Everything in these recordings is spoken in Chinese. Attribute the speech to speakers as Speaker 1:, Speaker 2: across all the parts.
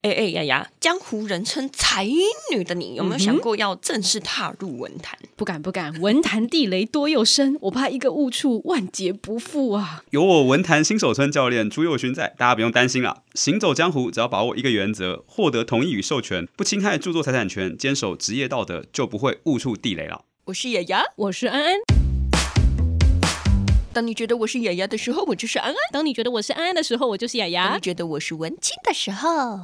Speaker 1: 哎哎呀呀，江湖人称才女的你，有没有想过要正式踏入文坛？
Speaker 2: 不敢不敢，文坛地雷多又深，我怕一个误触万劫不复啊！
Speaker 3: 有我文坛新手村教练朱佑勋在，大家不用担心啦。行走江湖，只要把握一个原则，获得同意与授权，不侵害著作财产权，坚守职业道德，就不会误触地雷了。
Speaker 1: 我是雅雅，
Speaker 2: 我是安安，
Speaker 1: 当你觉得我是雅雅的时候，我就是安安；
Speaker 2: 当你觉得我是安安的时候，我就是雅
Speaker 1: 当
Speaker 2: 雅
Speaker 1: 你。觉得我是文青的时候，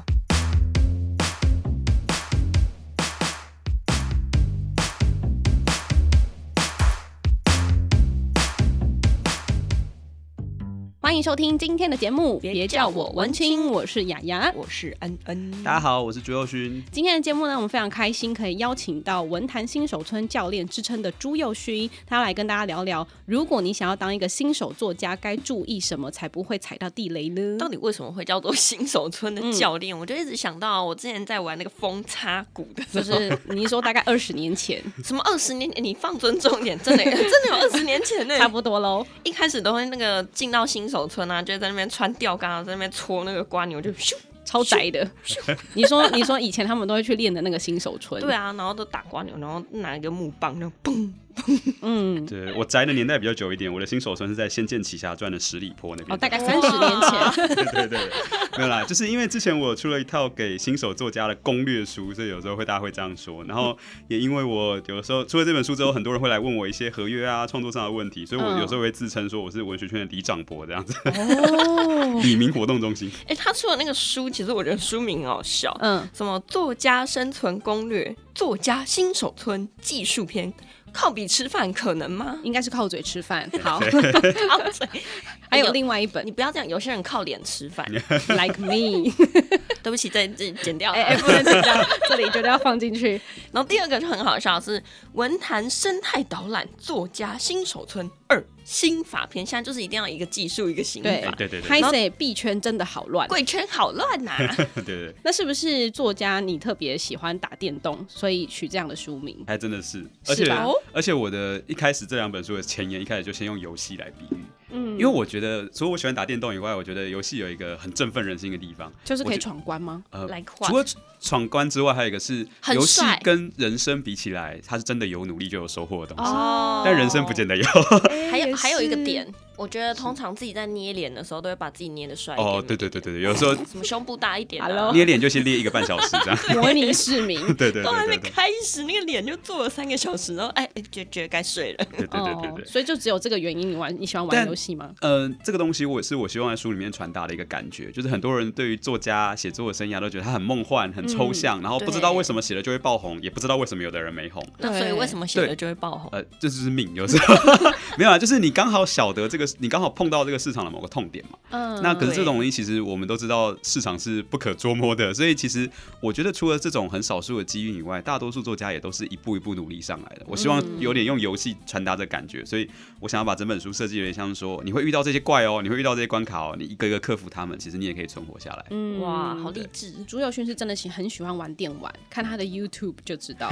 Speaker 2: 欢迎收听今天的节目，
Speaker 1: 别
Speaker 2: 别
Speaker 1: 叫
Speaker 2: 叫
Speaker 1: 我
Speaker 2: 我
Speaker 1: 文
Speaker 2: 文
Speaker 1: 青
Speaker 2: 青，我是雅雅。
Speaker 1: 我是安安。
Speaker 3: 大家好，我是朱佑勋。
Speaker 2: 今天的节目呢，我们非常开心可以邀请到文坛新手村教练之称的朱佑勋，他来跟大家聊聊，如果你想要当一个新手作家，该注意什么才不会踩到地雷呢？
Speaker 1: 到底为什么会叫做新手村的教练？我就一直想到我之前在玩那个风叉鼓的时
Speaker 2: 就
Speaker 1: 候，
Speaker 2: 是你是说大概二十年前
Speaker 1: 什么二十年，你放尊重一点，真的 真的有二十年前呢、
Speaker 2: 差不多喽。
Speaker 1: 一开始都会那个进到新手村啊，就在那边穿吊杆啊，在那边搓那个瓜牛，就咻，
Speaker 2: 超宅的。你说，你说以前他们都会去练的那个新手村，
Speaker 1: 对，啊，然后都打瓜牛，然后拿一个木棒，然后嘣，
Speaker 2: 嗯，
Speaker 3: 对我宅的年代比较久一点，我的新手村是在《仙剑奇侠传》的十里坡那边。
Speaker 2: 哦，大概
Speaker 1: 哇
Speaker 2: 三十 年前，
Speaker 3: 对对对对，没有啦，就是因为之前我出了一套给新手作家的攻略书，所以有时候会大家会这样说。然后也因为我有时候出了这本书之后，很多人会来问我一些合约啊、创作上的问题，所以我
Speaker 2: 嗯
Speaker 3: 有时候会自称说我是文学圈的李长博这样子。
Speaker 2: 哦，
Speaker 3: 李明活动中心，
Speaker 1: 哎、他出的那个书，其实我觉得书名很好笑，
Speaker 2: 嗯，
Speaker 1: 什么《作家生存攻略》《作家新手村》技术篇，靠笔吃饭可能 吗？
Speaker 2: 应该是靠嘴吃饭。好，
Speaker 1: 靠嘴，
Speaker 2: 还有
Speaker 1: 有
Speaker 2: 另外一本
Speaker 1: 你不要这样，有些人靠脸吃 饭。
Speaker 2: Like Me，
Speaker 1: 对不起，这这剪掉。
Speaker 2: 哎哎，不能这样，这里就要放进去。
Speaker 1: 然后第二个就很好笑，是文坛生态导览作家新手村二心法篇，现在就是一定要一个技术一个心
Speaker 2: 对
Speaker 3: 哎
Speaker 1: 法。
Speaker 3: 对对对
Speaker 2: 拍谁币圈真的好乱。
Speaker 1: 贵圈好乱 呐、
Speaker 3: 对对对，
Speaker 2: 那是不是作家你特别喜欢打电动，所以取这样的书名？
Speaker 3: 还真的是，而
Speaker 2: 是
Speaker 3: 且
Speaker 2: 吧
Speaker 3: 而且我的一开始这两本书的前言一开始就先用游戏来比喻，
Speaker 2: 嗯
Speaker 3: 因为我觉得除了我喜欢打电动以外，我觉得游戏有一个很振奋人心的地方，
Speaker 2: 就是可
Speaker 3: 我
Speaker 2: 以
Speaker 3: 觉
Speaker 2: 闯关吗？
Speaker 3: 呃
Speaker 1: Like what？
Speaker 3: 除了闯关之外，还有一个是
Speaker 1: 很
Speaker 3: 游戏
Speaker 1: 帅
Speaker 3: 跟人生比起来，它是真的有努力就有收获的东西，
Speaker 1: 哦
Speaker 3: 但人生不见得有。
Speaker 1: 还
Speaker 2: 哎也
Speaker 1: 有还有一个
Speaker 2: 是
Speaker 1: 点，我觉得通常自己在捏脸的时候，都会把自己捏的帅一点。
Speaker 3: 哦，对对对对对，有时候
Speaker 1: 什么胸部大一点、
Speaker 2: Hello
Speaker 1: 啊，
Speaker 3: 捏脸就先捏一个半小时这样。
Speaker 2: 模拟市民。
Speaker 3: 对对对
Speaker 1: 都还没
Speaker 3: 对对
Speaker 1: 开始，那个脸就做了三个小时，然后哎，哎觉觉得该睡了。
Speaker 3: 对对对对对
Speaker 2: 哦，。所以就只有这个原因，你玩你喜欢玩
Speaker 3: 但
Speaker 2: 游戏吗？
Speaker 3: 嗯，这个东西我是我希望在书里面传达的一个感觉，就是很多人对于作家写作的生涯都觉得他很梦幻、很抽象，然后不知道为什么写了就会爆红，也不知道为什么有的人没红。
Speaker 1: 那所以为什么写了就会爆红？
Speaker 3: 呃，这就是 命，有时候没有啊，就是你刚好晓得这个，你刚好碰到这个市场的某个痛点嘛。
Speaker 2: 嗯
Speaker 3: 那可是
Speaker 1: 对
Speaker 3: 这种东西，其实我们都知道市场是不可捉摸的，所以其实我觉得除了这种很少数的机遇以外，大多数作家也都是一步一步努力上来的。我希望有点用游戏传达这感觉，所以我想要把整本书设计有点像是说，你会遇到这些怪哦，你会遇到这些关卡哦，你一个一个克服他们，其实你也可以存活下来。
Speaker 2: 嗯
Speaker 1: 哇，好励志！
Speaker 2: 朱佑勋是真的喜很喜欢玩电玩，看他的 YouTube 就知 道。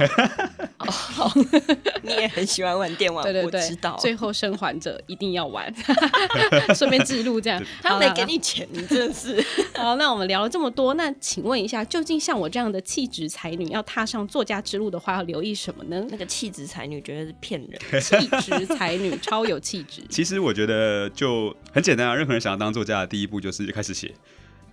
Speaker 1: 你也很喜欢玩电玩，
Speaker 2: 对对对，
Speaker 1: 我知道。
Speaker 2: 最后生还者一定要玩，顺便记录这样。
Speaker 1: 他
Speaker 2: 好啦
Speaker 1: 没给。你钱，你真的 是？
Speaker 2: 好，那我们聊了这么多，那请问一下，究竟像我这样的气质才女，要踏上作家之路的话，要留意什么呢
Speaker 1: 那个气质才女，绝对是骗人。
Speaker 2: 气质才女，超有气质。
Speaker 3: 其实我觉得就很简单啊，任何人想要当作家的第一步就是开始写。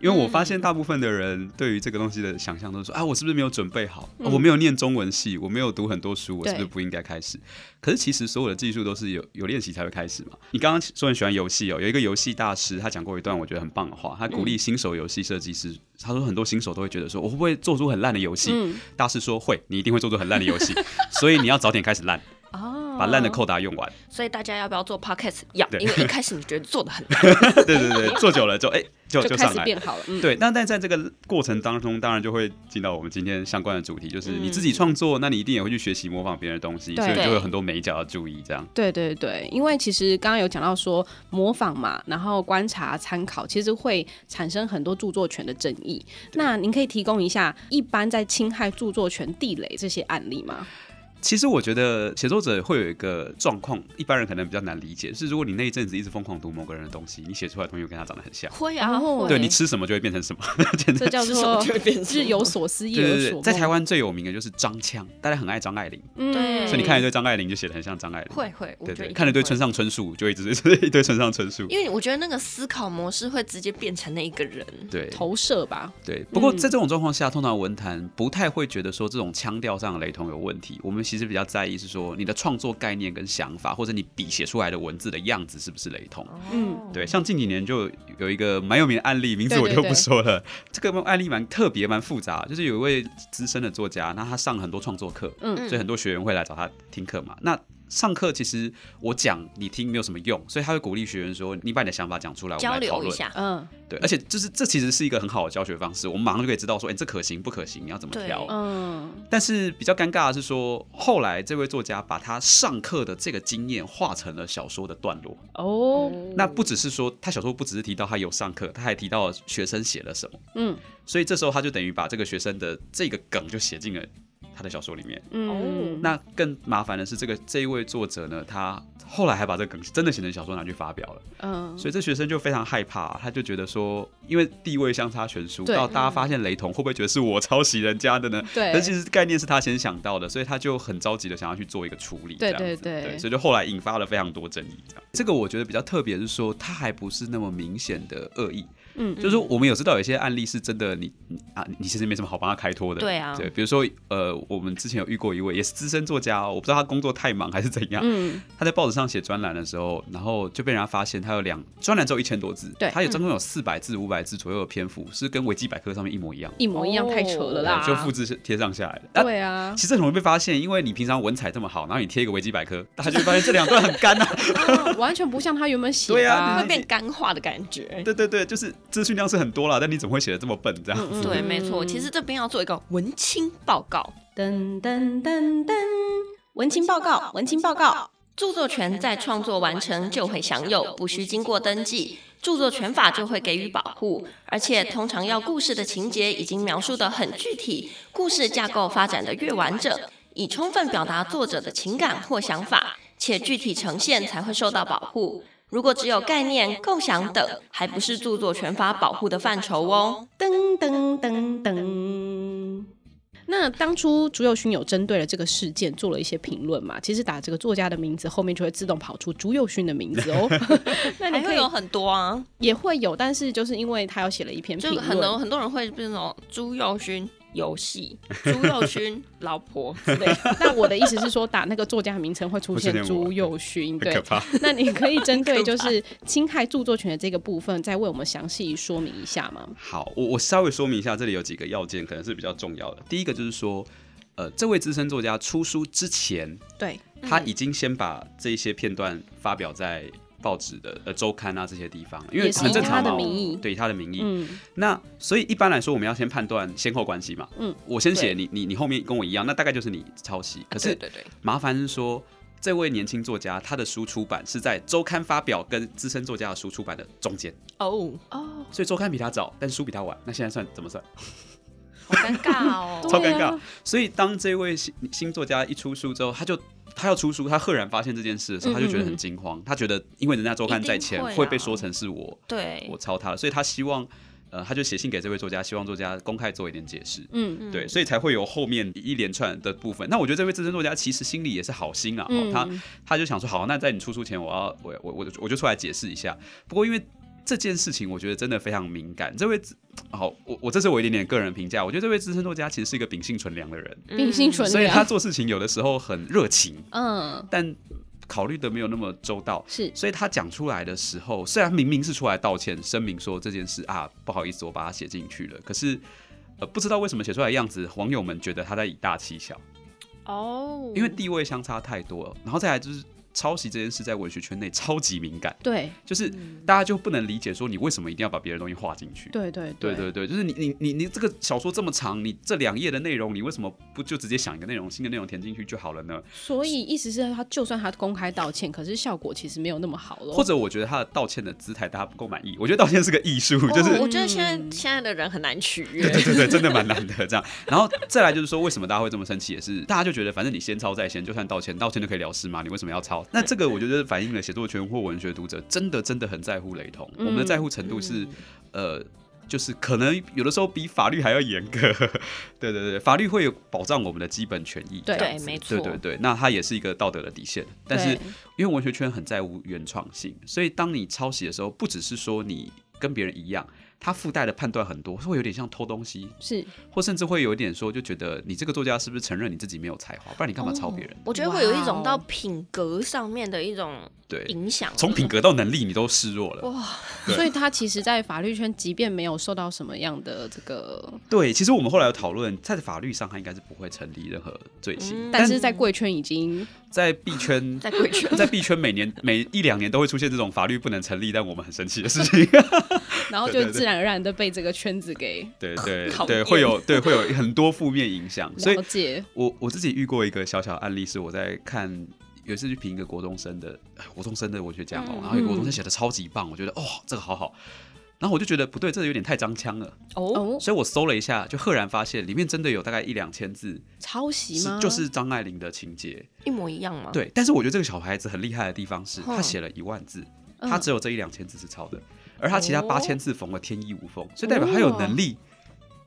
Speaker 3: 因为我发现大部分的人对于这个东西的想象都是说啊，我是不是没有准备好、
Speaker 2: 嗯
Speaker 3: 啊我没有念中文系，我没有读很多书，我是不是
Speaker 2: 对
Speaker 3: 不应该开始？可是其实所有的技术都是有有练习才会开始嘛。你刚刚说你喜欢游戏哦，有一个游戏大师他讲过一段我觉得很棒的话，他鼓励新手游戏设计师，他说很多新手都会觉得说我会不会做出很烂的游戏？
Speaker 2: 嗯
Speaker 3: 大师说会，你一定会做出很烂的 游戏，所以你要早点开始烂，
Speaker 2: 哦
Speaker 3: 把烂的扣打用完。
Speaker 1: 所以大家要不要做 podcast 要，
Speaker 3: 对
Speaker 1: 因为一开始你觉得做的 很烂，
Speaker 3: 对对对，做久了就哎、就
Speaker 2: 就开
Speaker 3: 上
Speaker 2: 始
Speaker 3: 来。
Speaker 2: 变好了。嗯，
Speaker 3: 对，那但在这个过程当中，当然就会进到我们今天相关的主题，就是你自己创作，那你一定也会去学习模仿别人的东西，
Speaker 2: 对
Speaker 3: 所以就会有很多美角要注意。这样，
Speaker 2: 对对对，因为其实刚刚有讲到说模仿嘛，然后观察参考，其实会产生很多著作权的争议。那您可以提供一下一般在侵害著作权地雷这些案例吗？
Speaker 3: 其实我觉得写作者会有一个状况，一般人可能比较难理解，是如果你那一阵子一直疯狂读某个人的东西，你写出来的东西又跟他长得很像，
Speaker 1: 会啊，
Speaker 2: 哦
Speaker 1: 会
Speaker 3: 对你吃什么就会变成什么，简
Speaker 2: 这
Speaker 3: 单。
Speaker 2: 叫
Speaker 1: 吃什么
Speaker 2: 做
Speaker 1: 就会变成什么
Speaker 2: 日有所思，夜
Speaker 3: 对
Speaker 2: 有
Speaker 3: 对
Speaker 2: 所
Speaker 3: 对，
Speaker 2: 梦。
Speaker 3: 在台湾最有名的就是张腔，大家很爱张爱玲，
Speaker 2: 嗯，
Speaker 1: 对
Speaker 3: 所以你看一堆张爱玲就写的很像张爱玲，
Speaker 1: 会会，我
Speaker 3: 对
Speaker 1: 觉得
Speaker 3: 对，
Speaker 1: 一定
Speaker 3: 看了一堆
Speaker 1: 会
Speaker 3: 村上春树就一直一堆村上春树，
Speaker 1: 因为我觉得那个思考模式会直接变成那一个人。
Speaker 3: 对
Speaker 2: 投射吧，
Speaker 3: 对。不过在这种状况下，通常文坛不太会觉得说这种腔调上的雷同有问题，我们其实比较在意是说你的创作概念跟想法，或者你笔写出来的文字的样子是不是雷同。
Speaker 2: 嗯
Speaker 3: 对，像近几年就有一个蛮有名的案例，名字我
Speaker 2: 对
Speaker 3: 就
Speaker 2: 对
Speaker 3: 不说了。这个案例蛮特别、蛮复杂，就是有一位资深的作家，那他上很多创作课，
Speaker 2: 嗯
Speaker 3: 所以很多学员会来找他听课嘛。那上课其实我讲你听没有什么用，所以他会鼓励学员说：“你把你的想法讲出来，我
Speaker 1: 交
Speaker 3: 们来讨
Speaker 1: 流一
Speaker 3: 论。
Speaker 1: 下，
Speaker 2: 嗯”
Speaker 3: 对，而且就是这其实是一个很好的教学方式，我们马上就可以知道说：“哎、这可行不可行？你要怎么
Speaker 1: 对
Speaker 3: 调？”
Speaker 2: 嗯，
Speaker 3: 但是比较尴尬的是说，后来这位作家把他上课的这个经验化成了小说的段落。
Speaker 2: 哦，
Speaker 3: 那不只是说他小时候不只是提到他有上课，他还提到学生写了什么，
Speaker 2: 嗯
Speaker 3: 所以这时候他就等于把这个学生的这个梗就写进了他的小说里面。
Speaker 1: 哦
Speaker 2: 嗯，
Speaker 3: 那更麻烦的是，这个这一位作者呢，他后来还把这个梗真的写成小说拿去发表了，
Speaker 2: 嗯，
Speaker 3: 所以这学生就非常害怕，他就觉得说，因为地位相差悬殊，
Speaker 2: 对嗯
Speaker 3: 到大家发现雷同，会不会觉得是我 抄袭人家的呢？
Speaker 2: 对
Speaker 3: 但其实概念是他先想到的，所以他就很着急的想要去做一个处理，
Speaker 2: 对
Speaker 3: 这样子
Speaker 2: 对对
Speaker 3: 所以就后来引发了非常多争议。这样，这个我觉得比较特别是说，他还不是那么明显的恶意，
Speaker 2: 嗯
Speaker 3: 就是我们有知道有一些案例是真的你，你啊，你其实没什么好帮他开脱的，
Speaker 1: 对啊
Speaker 3: 对，比如说呃，我们之前有遇过一位也是资深作家、哦，我不知道他工作太忙还是怎样，
Speaker 2: 嗯
Speaker 3: 他在报纸上写专栏的时候，然后就被人家发现他有两专栏只有一千多字，
Speaker 2: 对
Speaker 3: 他有总共有四百字、五百字左右的篇幅，是跟维基百科上面一模一样，
Speaker 2: 一模一样，
Speaker 1: 哦
Speaker 2: 太扯了
Speaker 1: 对
Speaker 2: 啦，
Speaker 3: 就复制贴上下来的。啊
Speaker 2: 对 啊，
Speaker 3: 其实很容易被发现，因为你平常文采这么好，然后你贴一个维基百科，大家就会发现这两段很干 啊。
Speaker 2: 啊完全不像他原本写
Speaker 3: 对
Speaker 2: 的
Speaker 3: 啊
Speaker 1: 会变干化的感觉。
Speaker 3: 对对对，就是资讯量是很多啦，但你怎么会写的这么笨这样
Speaker 2: 嗯
Speaker 3: 子？
Speaker 1: 对，没错。其实这边要做一个文青报告，
Speaker 2: 噔噔噔噔，文情报告，文情报告，
Speaker 1: 著作权在创作完成就会享有，不需经过登记。著作权法就会给予保护，而且通常要故事的情节已经描述的很具体，故事架构发展的越完整，以充分表达作者的情感或想法，且具体呈现才会受到保护。如果只有概念、构想等，还不是著作权法保护的范畴哦。
Speaker 2: 噔噔噔噔。那当初竹友勋有针对了这个事件做了一些评论嘛？其实打这个作家的名字，后面就会自动跑出竹友勋的名字 哦。那你
Speaker 1: 还
Speaker 2: 可
Speaker 1: 会
Speaker 2: 以
Speaker 1: 有很多啊，
Speaker 2: 也会有，但是就是因为他有写了一篇评
Speaker 1: 就
Speaker 2: 论，
Speaker 1: 很多很多人会变成朱佑勋游戏、朱佑勋老婆之 类的。
Speaker 2: 那我的意思是说，打那个作家的名称会出现
Speaker 3: 会出现我
Speaker 2: 朱佑 勋，
Speaker 3: 很
Speaker 2: 对
Speaker 3: 可，怕。
Speaker 2: 那你可以针 对就是侵害著作权的这个部分，再为我们详细说明一下吗？
Speaker 3: 好，我我稍微说明一下，这里有几个要件可能是比较重要的。第一个就是说，呃，这位资深作家出书之前，
Speaker 2: 对，
Speaker 3: 他已经先把这一些片段发表在报纸的呃周刊啊这些地方，因为
Speaker 2: 也是
Speaker 3: 很
Speaker 2: 以
Speaker 3: 正
Speaker 2: 他
Speaker 3: 常
Speaker 2: 的
Speaker 3: 嘛
Speaker 2: 名义，
Speaker 3: 对以他的名义，
Speaker 2: 嗯，
Speaker 3: 那所以一般来说，我们要先判断先后关系嘛。
Speaker 2: 嗯，
Speaker 3: 我先写
Speaker 2: 对嗯
Speaker 3: 你，你你后面跟我一样，那大概就是你抄袭。可
Speaker 1: 对
Speaker 3: 是
Speaker 1: 对对，
Speaker 3: 麻烦是说，这位年轻作家他的书出版是在周刊发表跟资深作家的书出版的中间，
Speaker 1: 哦，
Speaker 2: 哦，
Speaker 3: 所以周刊比他早，但书比他晚。那现在算怎么算？
Speaker 1: 好尴尬 哦。
Speaker 3: 超
Speaker 2: 对
Speaker 3: 尴
Speaker 2: 啊
Speaker 3: 尬。所以当这位新新作家一出书之后，他就他要出书，他赫然发现这件事的时候，
Speaker 2: 嗯
Speaker 3: 他就觉得
Speaker 2: 嗯
Speaker 3: 很
Speaker 2: 嗯
Speaker 3: 惊慌，他觉得因为人家周刊在前
Speaker 1: 一定会啊
Speaker 3: 会被说成是我
Speaker 1: 对
Speaker 3: 我，抄他了，所以他希望呃他就写信给这位作家，希望作家公开做一点解释。
Speaker 2: 嗯，
Speaker 3: 对，所以才会有后面一连串的部分。那我觉得这位资深作家其实心里也是好心啊，哦
Speaker 2: 嗯
Speaker 3: 他他就想说，好，那在你出书前，我要我我我就我就出来解释一下。不过因为这件事情，我觉得真的非常敏感。这位资好，我我这是我一点点个人评价，我觉得这位资深作家其实是一个秉性纯良的人，
Speaker 1: 嗯
Speaker 2: 秉性纯
Speaker 3: 所以他
Speaker 2: 良，
Speaker 3: 做事情有的时候很热情，
Speaker 2: 嗯，
Speaker 3: 但考虑的没有那么周到。
Speaker 2: 是
Speaker 3: 所以他讲出来的时候，虽然明明是出来道歉声明说这件事啊不好意思，我把它写进去了，可是呃不知道为什么写出来的样子，网友们觉得他在以大欺小，
Speaker 1: 哦
Speaker 3: 因为地位相差太多了。然后再来就是抄袭这件事在文学圈内超级敏感，
Speaker 2: 对
Speaker 3: 就是大家就不能理解说你为什么一定要把别人东西画进去。
Speaker 2: 对对
Speaker 3: 对对对，就是你你你你这个小说这么长，你这两页的内容，你为什么不就直接想一个内容，新的内容填进去就好了呢？
Speaker 2: 所以意思是他就算他公开道歉，可是效果其实没有那么好咯。
Speaker 3: 或者我觉得他的道歉的姿态大家不够满意，我觉得道歉是个艺术，就是
Speaker 1: 哦我
Speaker 2: 嗯
Speaker 1: 觉得现在现在的人很难取悦
Speaker 3: 对。对对对，真的蛮难的这样。然后再来就是说，为什么大家会这么生气，也是大家就觉得反正你先抄再先，就算道歉，道歉就可以了事嘛，你为什么要抄？那这个我觉得反映了写作圈或文学读者真的真的很在乎雷同，我们的在乎程度
Speaker 1: 嗯
Speaker 3: 是、呃。就是可能有的时候比法律还要严格， 对对对，法律会有保障我们的基本权益，
Speaker 2: 对
Speaker 3: 这样子
Speaker 1: 对没错
Speaker 3: 对对对，那它也是一个道德的底线，但是
Speaker 2: 对
Speaker 3: 因为文学圈很在乎原创性，所以当你抄袭的时候，不只是说你跟别人一样，它附带的判断很多，会有点像偷东西，
Speaker 2: 是
Speaker 3: 或甚至会有一点说，就觉得你这个作家是不是承认你自己没有才华，不然你干嘛抄别人？
Speaker 1: 我觉得会有一种
Speaker 2: 哇
Speaker 1: 到
Speaker 2: 哦
Speaker 1: 品格上面的一种
Speaker 3: 对，
Speaker 1: 影响，
Speaker 3: 从品格到能力你都示弱了。对
Speaker 2: 所以他其实，在法律圈，即便没有受到什么样的这个，
Speaker 3: 对，其实我们后来有讨论，在法律上他应该是不会成立任何罪行，
Speaker 1: 嗯
Speaker 2: 但是在贵圈已经
Speaker 3: 在币圈。
Speaker 1: 在规劝。
Speaker 3: 在币圈每年每一两年都会出现这种法律不能成立，但我们很生气的事 情。
Speaker 2: 然后就自然而然的被这个圈子给
Speaker 3: 对对
Speaker 1: 讨
Speaker 3: 对，
Speaker 1: 厌
Speaker 3: 会有对会有很多负面影响。所以
Speaker 2: 了解。
Speaker 3: 我我自己遇过一个小小案例，是我在看有一次去评一个国中生的哎国中生的文学奖
Speaker 2: 嗯
Speaker 3: 哦，然后有个国中生写的超级棒，我觉得哦这个好好，然后我就觉得不对，这个有点太张腔了，
Speaker 1: 哦，
Speaker 2: 哦，
Speaker 3: 所以我搜了一下，就赫然发现里面真的有大概一两千字
Speaker 2: 抄袭
Speaker 3: 是
Speaker 2: 吗？哦
Speaker 3: 就是张爱玲的情节，
Speaker 1: 一模一样吗？，
Speaker 3: 对，但是我觉得这个小孩子很厉害的地方是，
Speaker 1: 哼
Speaker 3: 他写了一万字，
Speaker 2: 嗯
Speaker 3: 他只有这一两千字是抄的，而他其他
Speaker 1: 哦
Speaker 3: 八千字缝了天衣无缝，所以代表他
Speaker 2: 哦
Speaker 3: 有能力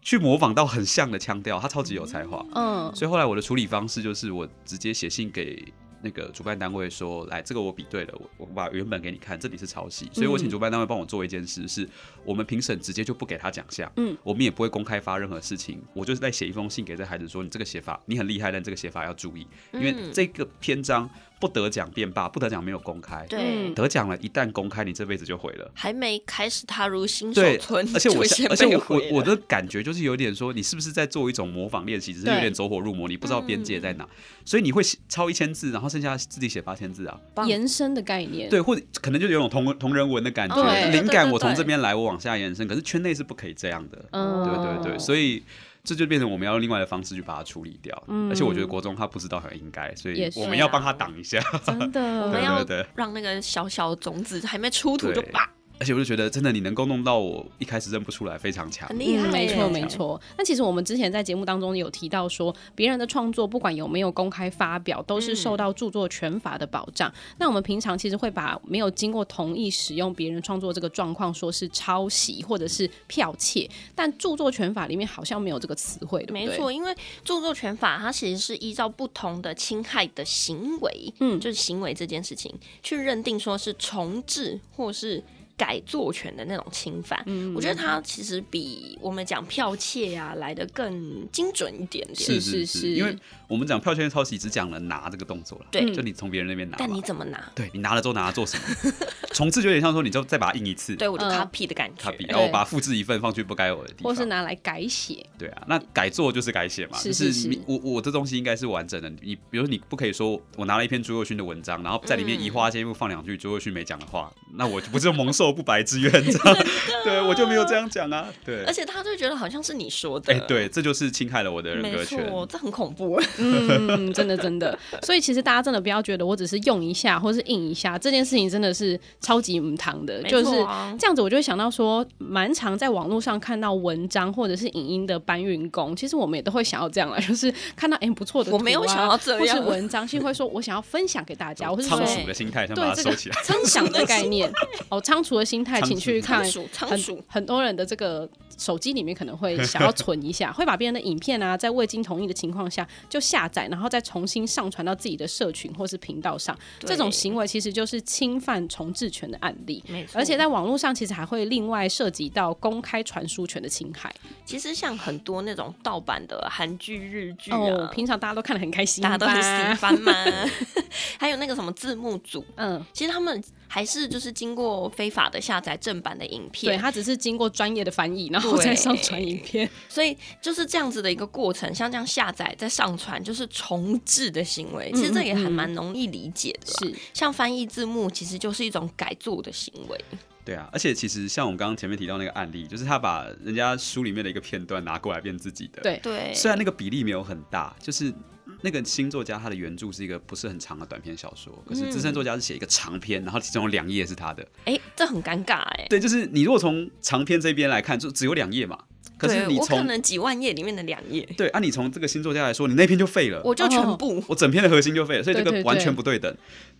Speaker 3: 去模仿到很像的腔调，他超级有才华。
Speaker 2: 嗯，
Speaker 3: 所以后来我的处理方式就是我直接写信给那个主办单位说，来这个我比对了，我我把原本给你看，这里是抄袭，所以
Speaker 1: 嗯
Speaker 3: 我请主办单位帮我做一件事，是我们评审直接就不给他奖项，
Speaker 2: 嗯，
Speaker 3: 我们也不会公开发任何事情，我就是在写一封信给这孩子说，你这个写法你很厉害，但这个写法要注意，因为
Speaker 1: 嗯
Speaker 3: 这个篇章不得奖便罢，不得奖没有公开，
Speaker 1: 对
Speaker 2: 嗯，
Speaker 3: 得奖了一旦公开，你这辈子就毁了。
Speaker 1: 还没开始踏入新手
Speaker 3: 对
Speaker 1: 村，，
Speaker 3: 而且我
Speaker 1: 就
Speaker 3: 像
Speaker 1: 先
Speaker 3: 而且
Speaker 1: 被
Speaker 3: 我我
Speaker 1: 毁
Speaker 3: 我
Speaker 1: 了
Speaker 3: 的感觉就是有点说，你是不是在做一种模仿练习，只是
Speaker 2: 对
Speaker 3: 有点走火入魔，你不知道边界在
Speaker 1: 嗯
Speaker 3: 哪，所以你会写抄一千字，然后剩下自己写八千字啊，
Speaker 1: 棒
Speaker 2: 延伸的概念，
Speaker 3: 对，或者可能就有种同同人文的感觉，
Speaker 1: 对
Speaker 3: 灵感
Speaker 1: 对对
Speaker 3: 我从
Speaker 1: 对
Speaker 3: 这边来，我往下延伸，可是圈内是不可以这样的，
Speaker 2: 嗯，
Speaker 3: 对对
Speaker 1: 哦
Speaker 3: 对，所以。这就变成我们要用另外的方式去把它处理掉，而且我觉得国中他不知道很应该，所以
Speaker 2: 也是
Speaker 3: 我们要
Speaker 1: 嗯啊
Speaker 3: 帮他挡一下。
Speaker 2: 真
Speaker 1: 我们
Speaker 2: 的，
Speaker 1: 要
Speaker 3: 对对对
Speaker 1: 让那个小小种子还没出土
Speaker 3: 对
Speaker 1: 就拔，
Speaker 3: 而且我就觉得真的你能够弄到我一开始认不出来，非常强。
Speaker 1: 很厉害耶，
Speaker 2: 嗯，没错
Speaker 3: 对
Speaker 2: 没错。那其实我们之前在节目当中有提到说，别人的创作不管有没有公开发表，都是受
Speaker 1: 嗯
Speaker 2: 到著作权法的保障。那我们平常其实会把没有经过同意使用别人创作这个状况，说是抄袭或者是剽窃，但著作权法里面好像没有这个词汇，对不对？
Speaker 1: 没错，因为著作权法它其实是依照不同的侵害的行为，
Speaker 2: 嗯
Speaker 1: 就是行为这件事情去认定说是重置或是改作权的那种侵犯。我觉得它其实比我们讲剽窃啊来的更精准一点点。
Speaker 2: 是
Speaker 3: 是是
Speaker 2: 是
Speaker 3: 是，因为我们讲票圈抄袭只讲了拿这个动作了，
Speaker 1: 对
Speaker 3: 就你从别人那边拿嘛，
Speaker 1: 但你怎么拿？
Speaker 3: 对你拿了之后拿它做什么？ 重置就有点像说你就再把它印一次，
Speaker 1: 对我就
Speaker 2: 嗯
Speaker 1: copy 的感觉，
Speaker 3: 卡比，然后我把它复制一份放去不该有的地
Speaker 2: 或是
Speaker 3: 方。
Speaker 2: 拿来改写，
Speaker 3: 对啊，那改做就是改写嘛，
Speaker 2: 是
Speaker 3: 就是你
Speaker 2: 是
Speaker 3: 我我这东西应该是完整的。你比如说你不可以说我拿了一篇朱佑勋的文章，然后在里面移花接木放两句朱佑勋没讲的话，那我就不是蒙受不白之冤，这样对我就没有这样讲啊。对
Speaker 1: 而，且他就觉得好像是你说的，
Speaker 3: 哎，对，这就是侵害了我的人格
Speaker 1: 没
Speaker 3: 权。
Speaker 1: 错，这很恐怖。
Speaker 2: 嗯，真的真的，所以其实大家真的不要觉得我只是用一下或是印一下，这件事情真的是超级无糖的，
Speaker 1: 没
Speaker 2: 就
Speaker 1: 错
Speaker 2: 是
Speaker 1: 啊
Speaker 2: 这样子。我就会想到说，蛮常在网络上看到文章或者是影音的搬运工，其实我们也都会想要这样啦， 就是看到哎、不错的、
Speaker 1: 我没有想要这样
Speaker 2: 或是文章，其实会说我想要分享给大家，我是说
Speaker 3: 仓鼠的心态，想把
Speaker 2: 对
Speaker 3: 它
Speaker 2: 这
Speaker 3: 收
Speaker 2: 个
Speaker 3: 起来。
Speaker 2: 分享的概念 哦，仓储的心态，
Speaker 3: 仓
Speaker 2: 请
Speaker 3: 储
Speaker 2: 去看
Speaker 1: 仓鼠仓
Speaker 2: 很
Speaker 1: 鼠
Speaker 2: 很多人的这个手机里面可能会想要存一下，会把别人的影片啊，在未经同意的情况下就下载，然后再重新上传到自己的社群或是频道上。
Speaker 1: 对
Speaker 2: 这种行为其实就是侵犯重置权的案例，
Speaker 1: 没错
Speaker 2: 而且在网络上其实还会另外涉及到公开传输权的侵害。
Speaker 1: 其实像很多那种盗版的韩剧、日剧啊，
Speaker 2: 哦，平常大家都看得很开心 吧，
Speaker 1: 大家都很喜欢嘛。还有那个什么字幕组，
Speaker 2: 嗯。
Speaker 1: 其实他们还是就是经过非法的下载正版的影
Speaker 2: 对
Speaker 1: 片，
Speaker 2: 他只是经过专业的翻译，然后
Speaker 1: 对
Speaker 2: 再上传影片。
Speaker 1: 所以就是这样子的一个过程，像这样下载再上传，就是重置的行为，其实这也还蛮容易理解的啦。
Speaker 2: 嗯是
Speaker 1: 像翻译字幕，其实就是一种改作的行为。
Speaker 3: 对啊，而且其实像我们刚刚前面提到那个案例，就是他把人家书里面的一个片段拿过来变自己的，
Speaker 2: 对
Speaker 1: 对，
Speaker 3: 虽然那个比例没有很大，就是那个新作家他的原著是一个不是很长的短篇小说，可是资深作家是写一个长篇，然后其中有两页是他的。
Speaker 1: 哎、这很尴尬哎、
Speaker 3: 对，就是你如果从长篇这边来看，就只有两页嘛。可是
Speaker 1: 对
Speaker 3: 你
Speaker 1: 我可
Speaker 3: 从
Speaker 1: 能几万页里面的两页，
Speaker 3: 对啊，你从这个新作家来说，你那篇就废
Speaker 2: 哦
Speaker 3: 了，我
Speaker 1: 我就全部。
Speaker 3: 整篇的核心就废了，所以这
Speaker 2: 对
Speaker 3: 个
Speaker 2: 对
Speaker 3: 完
Speaker 2: 对
Speaker 3: 全不对等。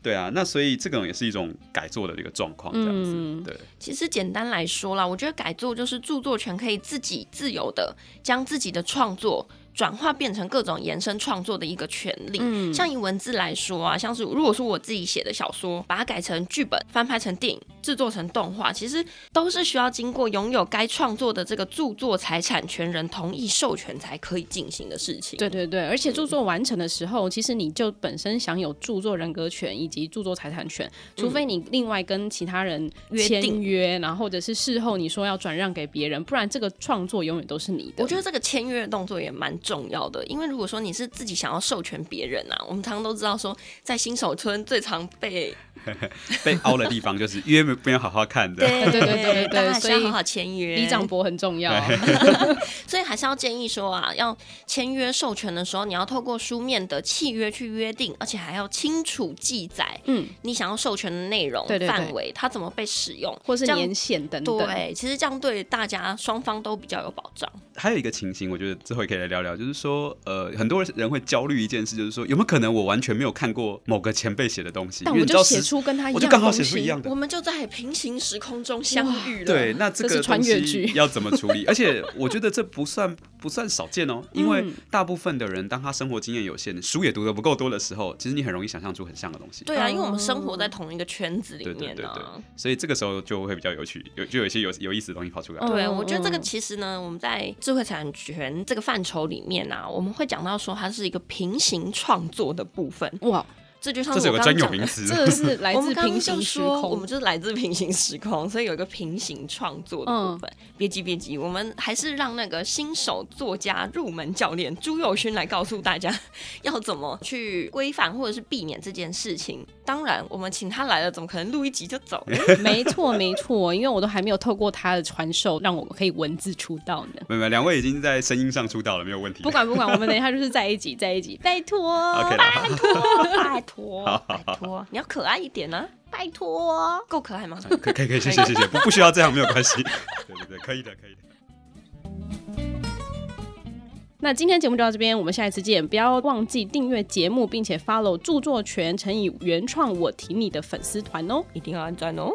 Speaker 3: 对啊，那所以这种也是一种改作的一个状况，这样子。
Speaker 2: 嗯
Speaker 3: 对，
Speaker 1: 其实简单来说啦，我觉得改作就是著作权可以自己自由的将自己的创作。转化变成各种延伸创作的一个权利，像以文字来说啊，像是如果说我自己写的小说，把它改成剧本，翻拍成电影，制作成动画，其实都是需要经过拥有该创作的这个著作财产权人同意授权才可以进行的事情。
Speaker 2: 对对对，而且著作完成的时候，其实你就本身享有著作人格权以及著作财产权，除非你另外跟其他人
Speaker 1: 嗯约定
Speaker 2: 签约，然后或者是事后你说要转让给别人，不然这个创作永远都是你的。
Speaker 1: 我觉得这个签约的动作也蛮重要的，因为如果说你是自己想要授权别人啊，我们常常都知道说，在新手村最常被
Speaker 3: 被凹的地方就是约没没有好好看 的。
Speaker 1: 对
Speaker 2: 对对对
Speaker 1: 大家还是
Speaker 2: 所
Speaker 1: 要
Speaker 2: 以
Speaker 1: 好好签约。
Speaker 2: 李长博很重要，
Speaker 1: 所以还是要建议说啊，要签约授权的时候，你要透过书面的契约去约定，而且还要清楚记载，
Speaker 2: 嗯，
Speaker 1: 你想要授权的内容、
Speaker 2: 对对对
Speaker 1: 范围，它怎么被使用，
Speaker 2: 或是
Speaker 1: 这样
Speaker 2: 年限等等。
Speaker 1: 对，其实这样对大家双方都比较有保障。
Speaker 3: 还有一个情形，我觉得之后也可以来聊聊，就是说，呃，很多人会焦虑一件事，就是说，有没有可能我完全没有看过某个前辈写的东西？
Speaker 2: 但
Speaker 3: 因
Speaker 2: 我
Speaker 3: 为你知道
Speaker 2: 就写
Speaker 3: 时
Speaker 2: 出跟他一样
Speaker 3: 我就
Speaker 2: 的
Speaker 3: 刚好
Speaker 2: 东
Speaker 3: 写出
Speaker 2: 西
Speaker 3: 一样的
Speaker 1: 我。们就在平行时空中相遇了。
Speaker 3: 对，那这
Speaker 2: 这
Speaker 3: 个
Speaker 2: 是穿
Speaker 3: 东
Speaker 2: 越
Speaker 3: 西
Speaker 2: 剧
Speaker 3: 要怎么处理？而且我觉得这不算不算少见哦，因为大部分的人，当他生活经验有限，书也读的不够多的时候，其实你很容易想象出很像的东西。
Speaker 1: 对啊，因为我们生活在同一个圈子里
Speaker 3: 对对
Speaker 1: 面啊
Speaker 3: 对
Speaker 1: 呢、
Speaker 3: 对，所以这个时候就会比较有趣，有就有一些有有意思的东西跑出来。
Speaker 2: 嗯
Speaker 1: 对，我觉得这个
Speaker 2: 嗯
Speaker 1: 其实呢，我们在智慧产权这个范畴里面啊，我们会讲到说它是一个平行创作的部分，
Speaker 2: 哇，
Speaker 1: 这就像
Speaker 3: 这
Speaker 1: 是
Speaker 3: 是有
Speaker 1: 我
Speaker 3: 个
Speaker 1: 刚刚
Speaker 3: 专有
Speaker 1: 讲
Speaker 3: 名
Speaker 1: 的。
Speaker 3: 词，
Speaker 2: 这是来
Speaker 1: 我
Speaker 2: 自
Speaker 1: 们刚
Speaker 2: 平
Speaker 1: 刚就
Speaker 2: 行时
Speaker 1: 说，我
Speaker 2: 空
Speaker 1: 们。就是来自平行时空，所以有一个平行创作的部分。别急，别急，我们还是让那个新手作家入门教练朱友勋来告诉大家要怎么去规范或者是避免这件事情。当然，我们请他来了，怎么可能录一集就走？
Speaker 2: 没错没错，因为我都还没有透过他的传授，让我可以文字出道呢。
Speaker 3: 没有没有，两位已经在声音上出道了，没有问题。
Speaker 2: 不管不管，我们等一下就是在一起，在一起，拜托
Speaker 3: OK 啦，好
Speaker 1: 拜托，拜托，你要可爱一点啊！拜托，够可爱吗？
Speaker 3: 可以可以可以，谢谢谢谢，不不需要这样，没有关系。 对对对，可以的可以的。
Speaker 2: 那今天节目就到这边，我们下一次见！不要忘记订阅节目，并且 follow 著作权乘以原创我提你的粉丝团哦。
Speaker 1: 一定要按赞哦！